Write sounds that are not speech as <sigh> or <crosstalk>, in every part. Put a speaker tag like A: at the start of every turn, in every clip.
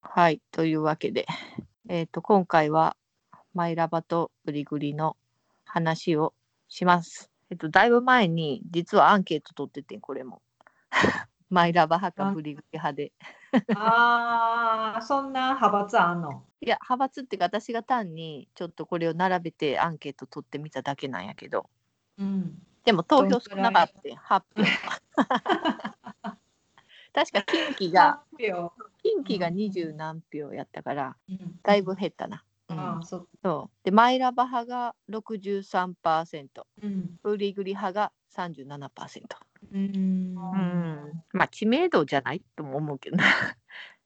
A: はい。というわけで、えっ、と、今回は、マイラバとグリグリの話をします。えっ、と、だいぶ前に、実はアンケート取ってて、これも。 <laughs> マイラバ派かブリグリ派で。
B: ああ、そんな派閥あんの。
A: いや、派閥っていうか、私が単に、ちょっとこれを並べてアンケート取ってみただけなんやけど、
B: うん。
A: でも投票少なかったよ、8票。確か、近畿が、
B: 票。
A: 近畿が二十何票やったから、
B: うん。
A: だいぶ減ったな。うん
B: ああ、そう。
A: そうでマイラバ派が63%
B: うん。
A: ブリグリ派が37%
B: うん。
A: う
B: あ
A: んまあ知名度じゃないとも思うけどな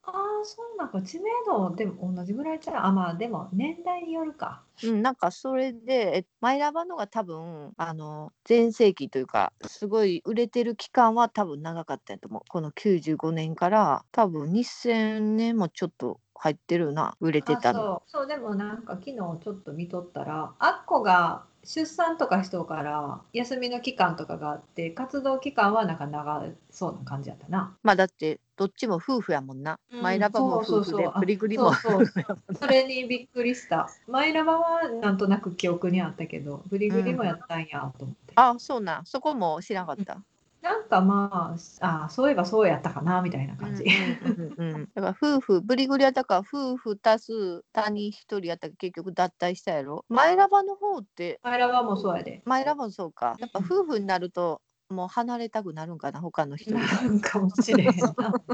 B: あ、そんなんか知名度でも同じぐらいじゃない。あ、まあでも年代によるか。
A: <laughs> うんなんかそれでえマイラバのが多分あの全盛期というかすごい売れてる期間は多分長かったんやと思うこの95年から多分2000年もちょっと入ってるな売れてた
B: あ
A: の
B: そうそうでもなんか昨日ちょっと見とったらあっこが出産とかしとうから休みの期間とかがあって活動期間はなんか長そうな感じやったな。
A: まあだってどっちも夫婦やもんな、
B: うん
A: マイラバも
B: そ
A: 夫
B: うそう
A: 婦
B: そう
A: で
B: あ
A: ブリグリも
B: そうそうそれにびっくりした。マイラバはなんとなく記憶にあったけどブリグリもやったんやと思って。
A: <laughs> あそうなんそこも知らなかった、
B: なんかまああそういえばそうやったかなみたいな感じ。
A: うんうんうん、 <laughs> だから夫婦ブリグリはだから夫婦足す他人一人やったら結局脱退したやろマイラバの方って
B: <laughs> マイラバもそうやで。
A: マイラバもそうかやっぱ
B: うん
A: 夫婦になるともう離れたくなるんかな他の人に
B: なんかもしれへんな。
A: <laughs>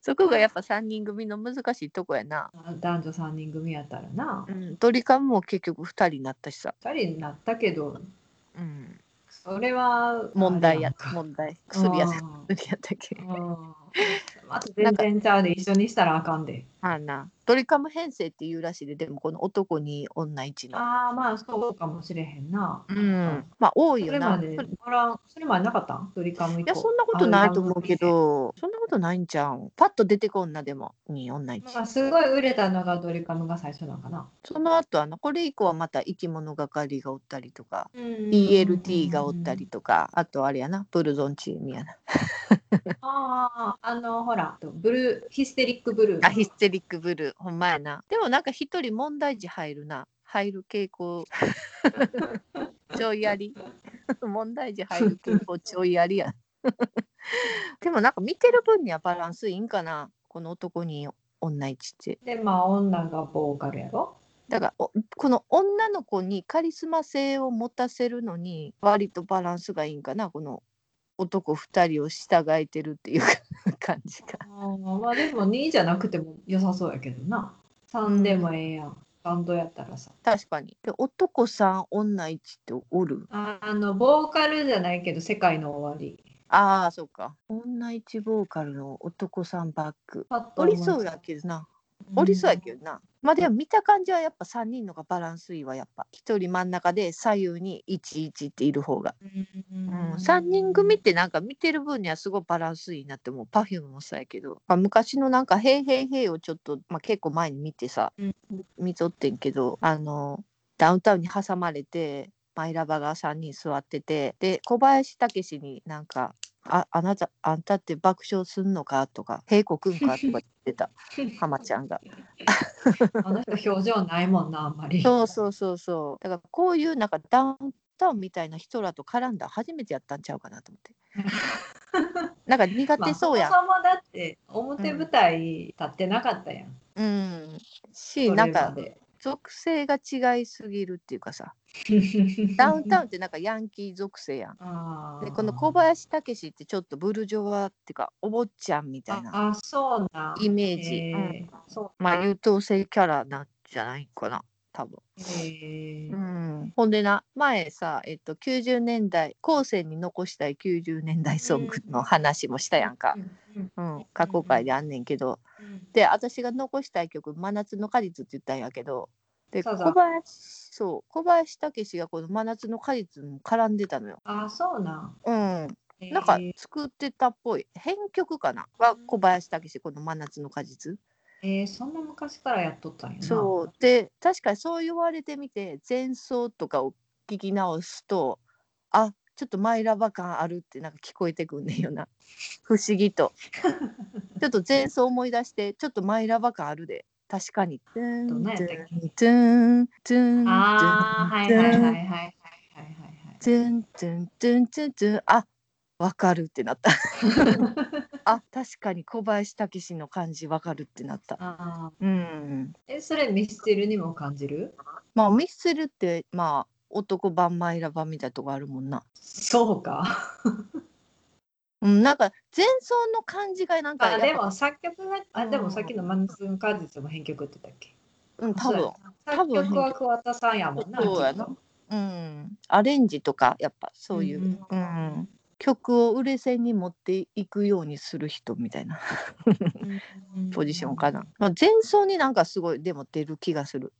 A: そこがやっぱ3人組の難しいとこやな、
B: 男女3人組やったらな
A: う。ん、ドリカムも結局2人になったしさ、
B: 2人になったけど
A: うん、
B: それは
A: 問題や
B: あれなんか
A: 問題薬や
B: う
A: 薬
B: ん
A: やったっけ
B: うんまた全然ちゃうで一緒にしたらあかんで。
A: あんなドリカム編成っていうらしいででもこの男に女1の
B: ああまあそうかもしれへんな。
A: うんまあ多い
B: そ
A: よ
B: れま
A: な
B: でおらんそれまでなかったんドリカム以降
A: いやそんなことないと思うけ。どそんなことないんちゃうんパッと出てこんなでもに女一、
B: まあ、すごい売れたのがドリカムが最初なのかな。
A: その後あのこれ以降はまた生き物係がおったりとか、ELT がおったりとか、あとあれやなブルゾンチームやな、
B: ああ、あの、ほら、ブルー、ヒステリックブルー。
A: あヒステリックブルーほんまやなでもなんか一人問題児入るな入る傾向ちょいやり問題児入る傾向ちょいやりやでもなんか見てる分にはバランスいいんかなこの男に女一って
B: で、まあ、女がボーカルやろ。
A: だからおこの女の子にカリスマ性を持たせるのに割とバランスがいいんかなこの男2人を従えてるっていうか感じが
B: あーまあ、でも2じゃなくても良さそうやけどな。3でもええやん。バンドやったらさ。
A: 確かにで男3女1っておる
B: ああの、ボーカルじゃないけど、世界の終わり。
A: ああそうか女1ボーカルの男3バック
B: パッと
A: お
B: 思い
A: り
B: つ
A: そうや。けどなおりそうやけどな、まあでも見た感じはやっぱ3人のがバランスいいわやっぱ1人真ん中で左右に11っている方が
B: うん。
A: うん、3人組ってなんか見てる分にはすごいバランスいいなって思う Perfume もそうやけどまあ昔のなんか「へいへいへい」をちょっと、まあ、結構前に見てさ、
B: うん
A: 見とってんけどあのダウンタウンに挟まれてマイラバが3人座っててで小林武史になんか「ああなたあんたって爆笑すんのか?」とか「へいこくんか?」とか言ってた浜ちゃんが。
B: あの人表情ないもんな、あんま
A: <laughs>
B: り。
A: そうそうそうそうだからこういうなんかダウンタウンみたいな人らと絡んだの初めてやったんちゃうかなと思って。
B: <laughs>
A: なんか苦手そうやん
B: まあ、そもそもだって表舞台立ってなかったやん。
A: うん、し
B: それ
A: な
B: ま
A: んか
B: で
A: 属性が違いすぎるっていうかさ <laughs> ダウンタウンってなんかヤンキー属性やん。
B: あー
A: でこの小林武史ってちょっとブルジョワっていうかお坊ちゃんみたいな
B: ああそうな
A: イメージ、
B: へ
A: うん
B: ーそう
A: まあ優等生キャラなんじゃないかな多分。
B: へー
A: うん、ほんでな前さ、えっと、90年代後世に残したい90年代ソングの話もしたやんか
B: う、ん
A: うん、過去回であんねんけど、
B: うん
A: で私が残したい曲「真夏の果実」って言ったんやけどで
B: サ
A: 小
B: ザン
A: 林そう小林武史がこの「真夏の果実」にも絡んでたのよ。
B: あそうな
A: うん、
B: へー
A: なんか作ってたっぽい編曲かなは小林武史この「真夏の果実」
B: えーそんな昔からやっとったんやな
A: そうで確かにそう言われてみて前奏とかを聞き直すとあちょっとマイラバ感あるってなんか聞こえてくんねんよな不思議とちょっと前奏思い出してちょっとマイラバ感あるで確かにトゥーン
B: どんなんやったっ
A: トゥーントゥーントゥーン
B: ああ、はいはいはいはいはいはいはいはい。
A: トゥントゥントゥントゥントゥンあわかるってなったあ確かに小林武史の感じわかるってなった
B: ああ、
A: うん
B: え、それミスチルにも感じる
A: まあミスチルってまあ男版マイラ版みたいなとこあるもんな、
B: そうか。
A: うん、なんか前奏の感じがなんか
B: あ、
A: やっ
B: で
A: ぱ
B: も作曲が、あ、でもさっきのマンスン果実も編曲って言ったっけ
A: うん多分多
B: 作
A: 分
B: 曲は桑田さんやもんな。
A: そうやな
B: きっと。
A: うんアレンジとかやっぱそういう、
B: うん
A: うん曲を売れ線に持っていくようにする人みたいな <laughs> ポジションかな、まあ、前奏になんかすごいでも出る気がする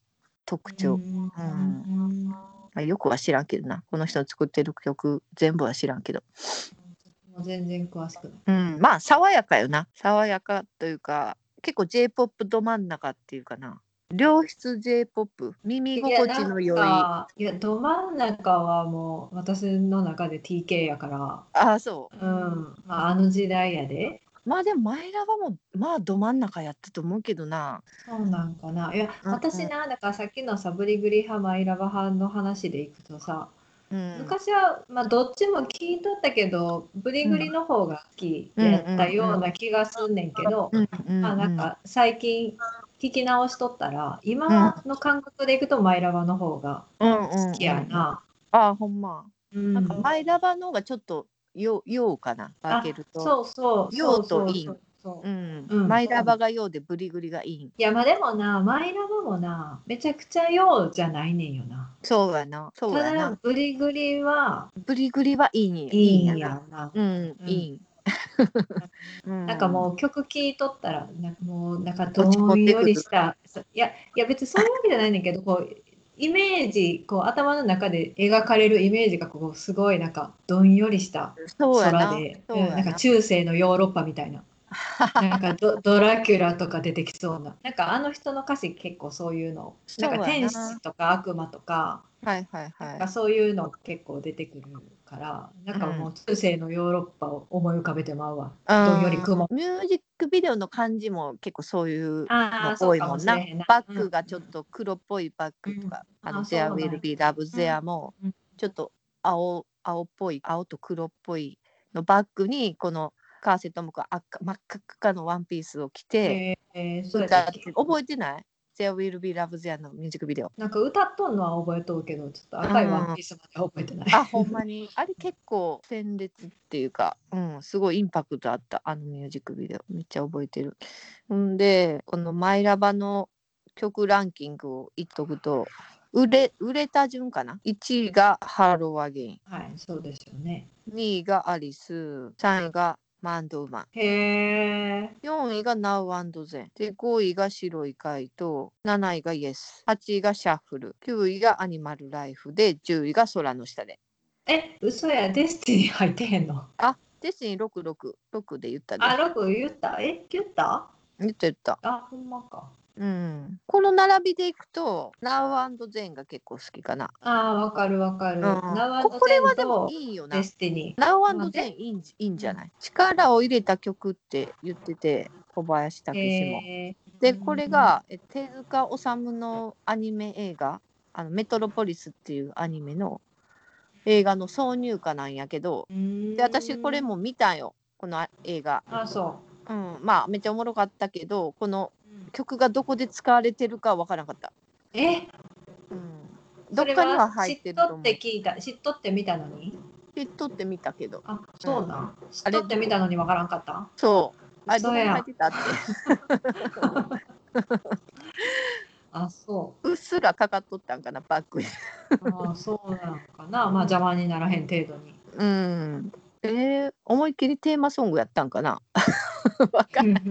A: 特徴、
B: うん
A: まあ、よくは知らんけどなこの人の作ってる曲全部は知らんけど、
B: もう全然詳しくない。
A: うん、まあ爽やかよな爽やかというか結構 j p o p ど真ん中っていうかな良質 j p o p 耳心地の良い
B: やなん
A: あ
B: かいやど真ん中はもう私の中で TK やから、
A: あそう
B: うんまあ、あの時代やで
A: まあでも前ラバもまあど真ん中やったと思うけどな
B: そうなんかないや
A: うんうん
B: 私なだからさっきのサブリグリ派マイラバ派の話でいくとさ、
A: うん
B: 昔は、まあ、どっちも聞いとったけどブリグリの方が好きやったような気がすんねんけど、
A: うんうんうん
B: まあ、なんか最近聞き直しとったら今の感覚でいくとマイラバの方が好きや
A: うんうんうん
B: な。
A: ああほんま、
B: うん
A: なんか前ラバの方がちょっとよようかな分けると
B: そうそう。
A: 用と陰
B: そうそうそうう。
A: ん
B: うん
A: 前ラバがようでブリグリがいいん
B: いやまあでもな、マイラブもな、めちゃくちゃ用じゃないねんよな。
A: そうやなそうや
B: た
A: な
B: だ、グリグリは
A: ブリグリはいいんや。
B: いいんや
A: ん
B: な。。
A: うん、
B: うん
A: いいん。
B: なんかも
A: う
B: う曲聴いとったら、なんかもうなんかど
A: 落ち込
B: ん
A: んでく
B: よ
A: る
B: りした。そういや、いや別にそういうわけじゃないねんけど、こう、イメージ、こう頭の中で描かれるイメージがこうすごいなんかどんよりした
A: ん、そうやな
B: 空で、。
A: そう
B: うん
A: や
B: なんか中世のヨーロッパみた
A: <laughs>
B: いな。なんかドドラキュラとか出てきそうななんかあの人の歌詞結構そういうのなんか
A: そうや
B: 天
A: な
B: 使とか悪魔とか
A: はいはい
B: なんか
A: は
B: そういうの結構出てくるからなんかもう中世のヨーロッパを思い浮かべてまうわ、
A: い。
B: どんより雲
A: うんミュージックビデオの感じも結構そういう
B: あ
A: の
B: あそ
A: 多
B: う
A: い
B: か
A: も
B: も
A: ん
B: し
A: な。
B: れへんな
A: バッグがちょっ
B: うん
A: と黒っぽいバッグとか、
B: うん
A: あの
B: あ
A: There
B: そうなんや
A: will be love there も
B: うん
A: ちょっと青青っぽい青と黒っぽいのバッグにこの川瀬智子は赤真っ赤っかのワンピースを着て
B: えーそうやった
A: 歌っ
B: っ
A: て
B: け
A: 覚えてない ?There will be love there のミュージックビデオ。
B: なんか歌っとんのは覚えとうけどちょっと赤いワンピースまでは覚えてない、
A: あほんまにあれ結構鮮烈っていうか、うん、すごいインパクトあったあのミュージックビデオめっちゃ覚えてる。んでこの「マイラバ」の曲ランキングを言っとくと売れ売れた順かな1位が「ハロー・アゲイン
B: はいそうですよね」
A: 2位が「アリス」3位が「マンドウマン
B: へえ」
A: 4位が「ナウ・アンド・ゼン」で5位が「白い貝」と7位が「イエス」8位が「シャッフル」9位が「アニマル・ライフ」で10位が「空の下で」
B: え嘘やデスティニー入ってへんの
A: あ、デスニー6、6、6で言ったで。
B: あロク言ったえ言った
A: 言った言った。
B: あ、ほんまか。
A: うん。この並びでいくと、ナウゼンが結構好きかな。
B: あー、わかるわかる。
A: うん、
B: ナワ
A: こ
B: の
A: これは
B: 線
A: でも
B: と
A: いいよな
B: デ。スティニー。
A: ナウゼンいいんじいいんじゃない、力を入れた曲って言ってて、小林武史も。
B: えー
A: で、これ、がえ手塚治虫のアニメ映画、あのメトロポリスっていうアニメの映画の挿入歌なんやけど、
B: うん
A: で、私これ。も見たよ、このあ映画。
B: あ、そ
A: うん、まあめっちゃおもろかったけどこの
B: う。うん
A: 曲がどこで使われてるかわからなかった、
B: え、
A: うん、どっかには入ってると思う
B: それは知っとって聞いた、知っとって見たのに。
A: 知っとってみたけど
B: あ、そうなん。知
A: あ
B: っ
A: れ
B: とって見たのにわからんかった。
A: そうあれど
B: 嘘
A: こに
B: や
A: 入ってたって
B: あ、そう
A: っすらかかっとったんかなバッグに
B: う。あー、そうなんかな。まあ邪魔にならへん程度に。
A: うんえー、思いっきりテーマソングやったんかなわかんない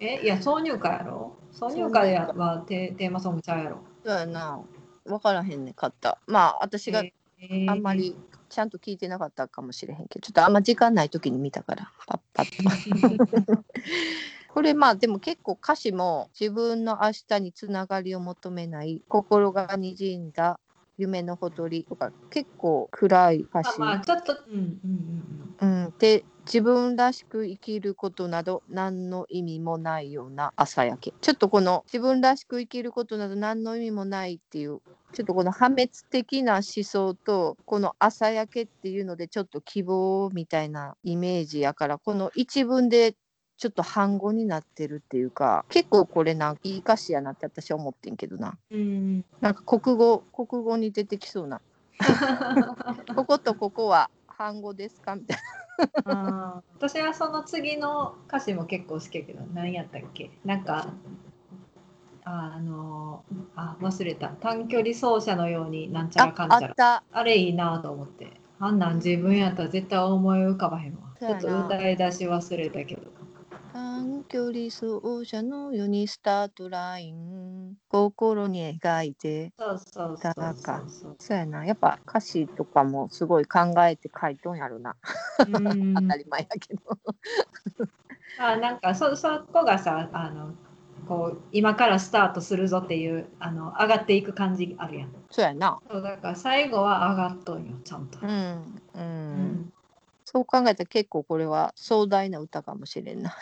B: え、いや、挿入歌やろ。挿入歌やはテテーマソングちゃうやろ。
A: そうやなわからへんねんかったまあ私があんま
B: <laughs>
A: りちゃんと聞いてなかったかもしれへんけどちょっとあんま時間ない時に見たからパッパッと。これまあでも結構歌詞も自分の明日につながりを求めない心がにじんだ夢のほとりとか結構暗い歌
B: まあ
A: 詞、
B: まあちょっとうんうんうん
A: うん、で自分らしく生きることなど何の意味もないような朝焼けちょっとこの自分らしく生きることなど何の意味もないっていうちょっとこの破滅的な思想とこの朝焼けっていうのでちょっと希望みたいなイメージやからこの一文でちょっと反語になってるっていうか結構これなんいい歌詞やなって私は思ってんけどな
B: うんうん
A: なんか国語国語に出てきそうなこことここは反語ですかみたいな。
B: あー私はその次の歌詞も結構好きやけど何やったっけなんかあーあのーあ忘れた短距離走者のようになんちゃらかんち
A: ああ
B: ゃ
A: っ
B: ら
A: た
B: あれいいなと思ってあんなん自分やったら絶対思い浮かばへんわ
A: そ
B: ち
A: うや
B: ょ
A: な
B: っと歌い出し忘れたけど
A: 短距離走者のようにスタートライン心に描いて
B: そうそうそう
A: なん
B: そ
A: か
B: うそう
A: そうやなやっぱ歌詞とかもすごい考えて書いとんやろな、
B: うん
A: 当たり前やけど <laughs>
B: あなんかそそこがさあのこう今からスタートするぞっていうあの上がっていく感じあるやん
A: そうやな
B: そうだから最後は上がっとんよちゃんと
A: う、んうん、
B: うん
A: そう考えたら結構これは壮大な歌かもしれ
B: <laughs>
A: んなち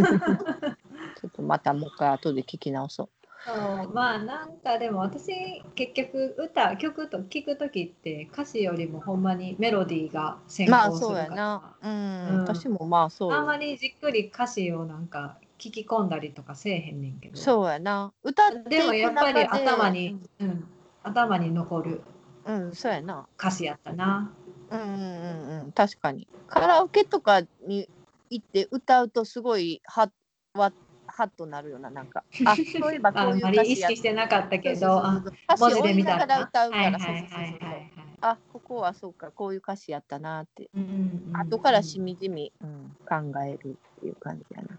A: ょっとまたもう一回後で聞き直そう
B: そうまあなんかでも私結局歌曲と聞く時って歌詞よりもほんまにメロディーが先
A: まあ
B: 行す
A: そう
B: る
A: や
B: から、
A: なうん、
B: うん
A: 私もまあそう
B: あんま
A: よ
B: りじっくり歌詞をなんか聞き込んだりとかせえへんねんけど
A: そうやな歌っていく
B: で
A: 中
B: も
A: で
B: やっぱり頭に、うん、頭に残る
A: うんそうやな
B: 歌詞やったな。
A: うんうんうんうん確かにカラオケとかに行って歌うとすごいははハッとなるようななん
B: <laughs>
A: かあそういえばこ
B: あ
A: うい
B: ん
A: う
B: ま
A: 歌
B: り意
A: 詞や
B: 識してなかったけ
A: そうそ
B: ど、
A: う
B: あ
A: そうそう
B: 文
A: 歌詞を追い
B: 字で見
A: な
B: た
A: が
B: ら
A: ら歌うか
B: はい
A: ら
B: は
A: そ
B: いう
A: そうそう
B: はい
A: そう
B: はいはい。
A: あここはそうかこういう歌詞やったなって
B: うんうんうん
A: 後からしみじみ、うん、考えるっていう感じやな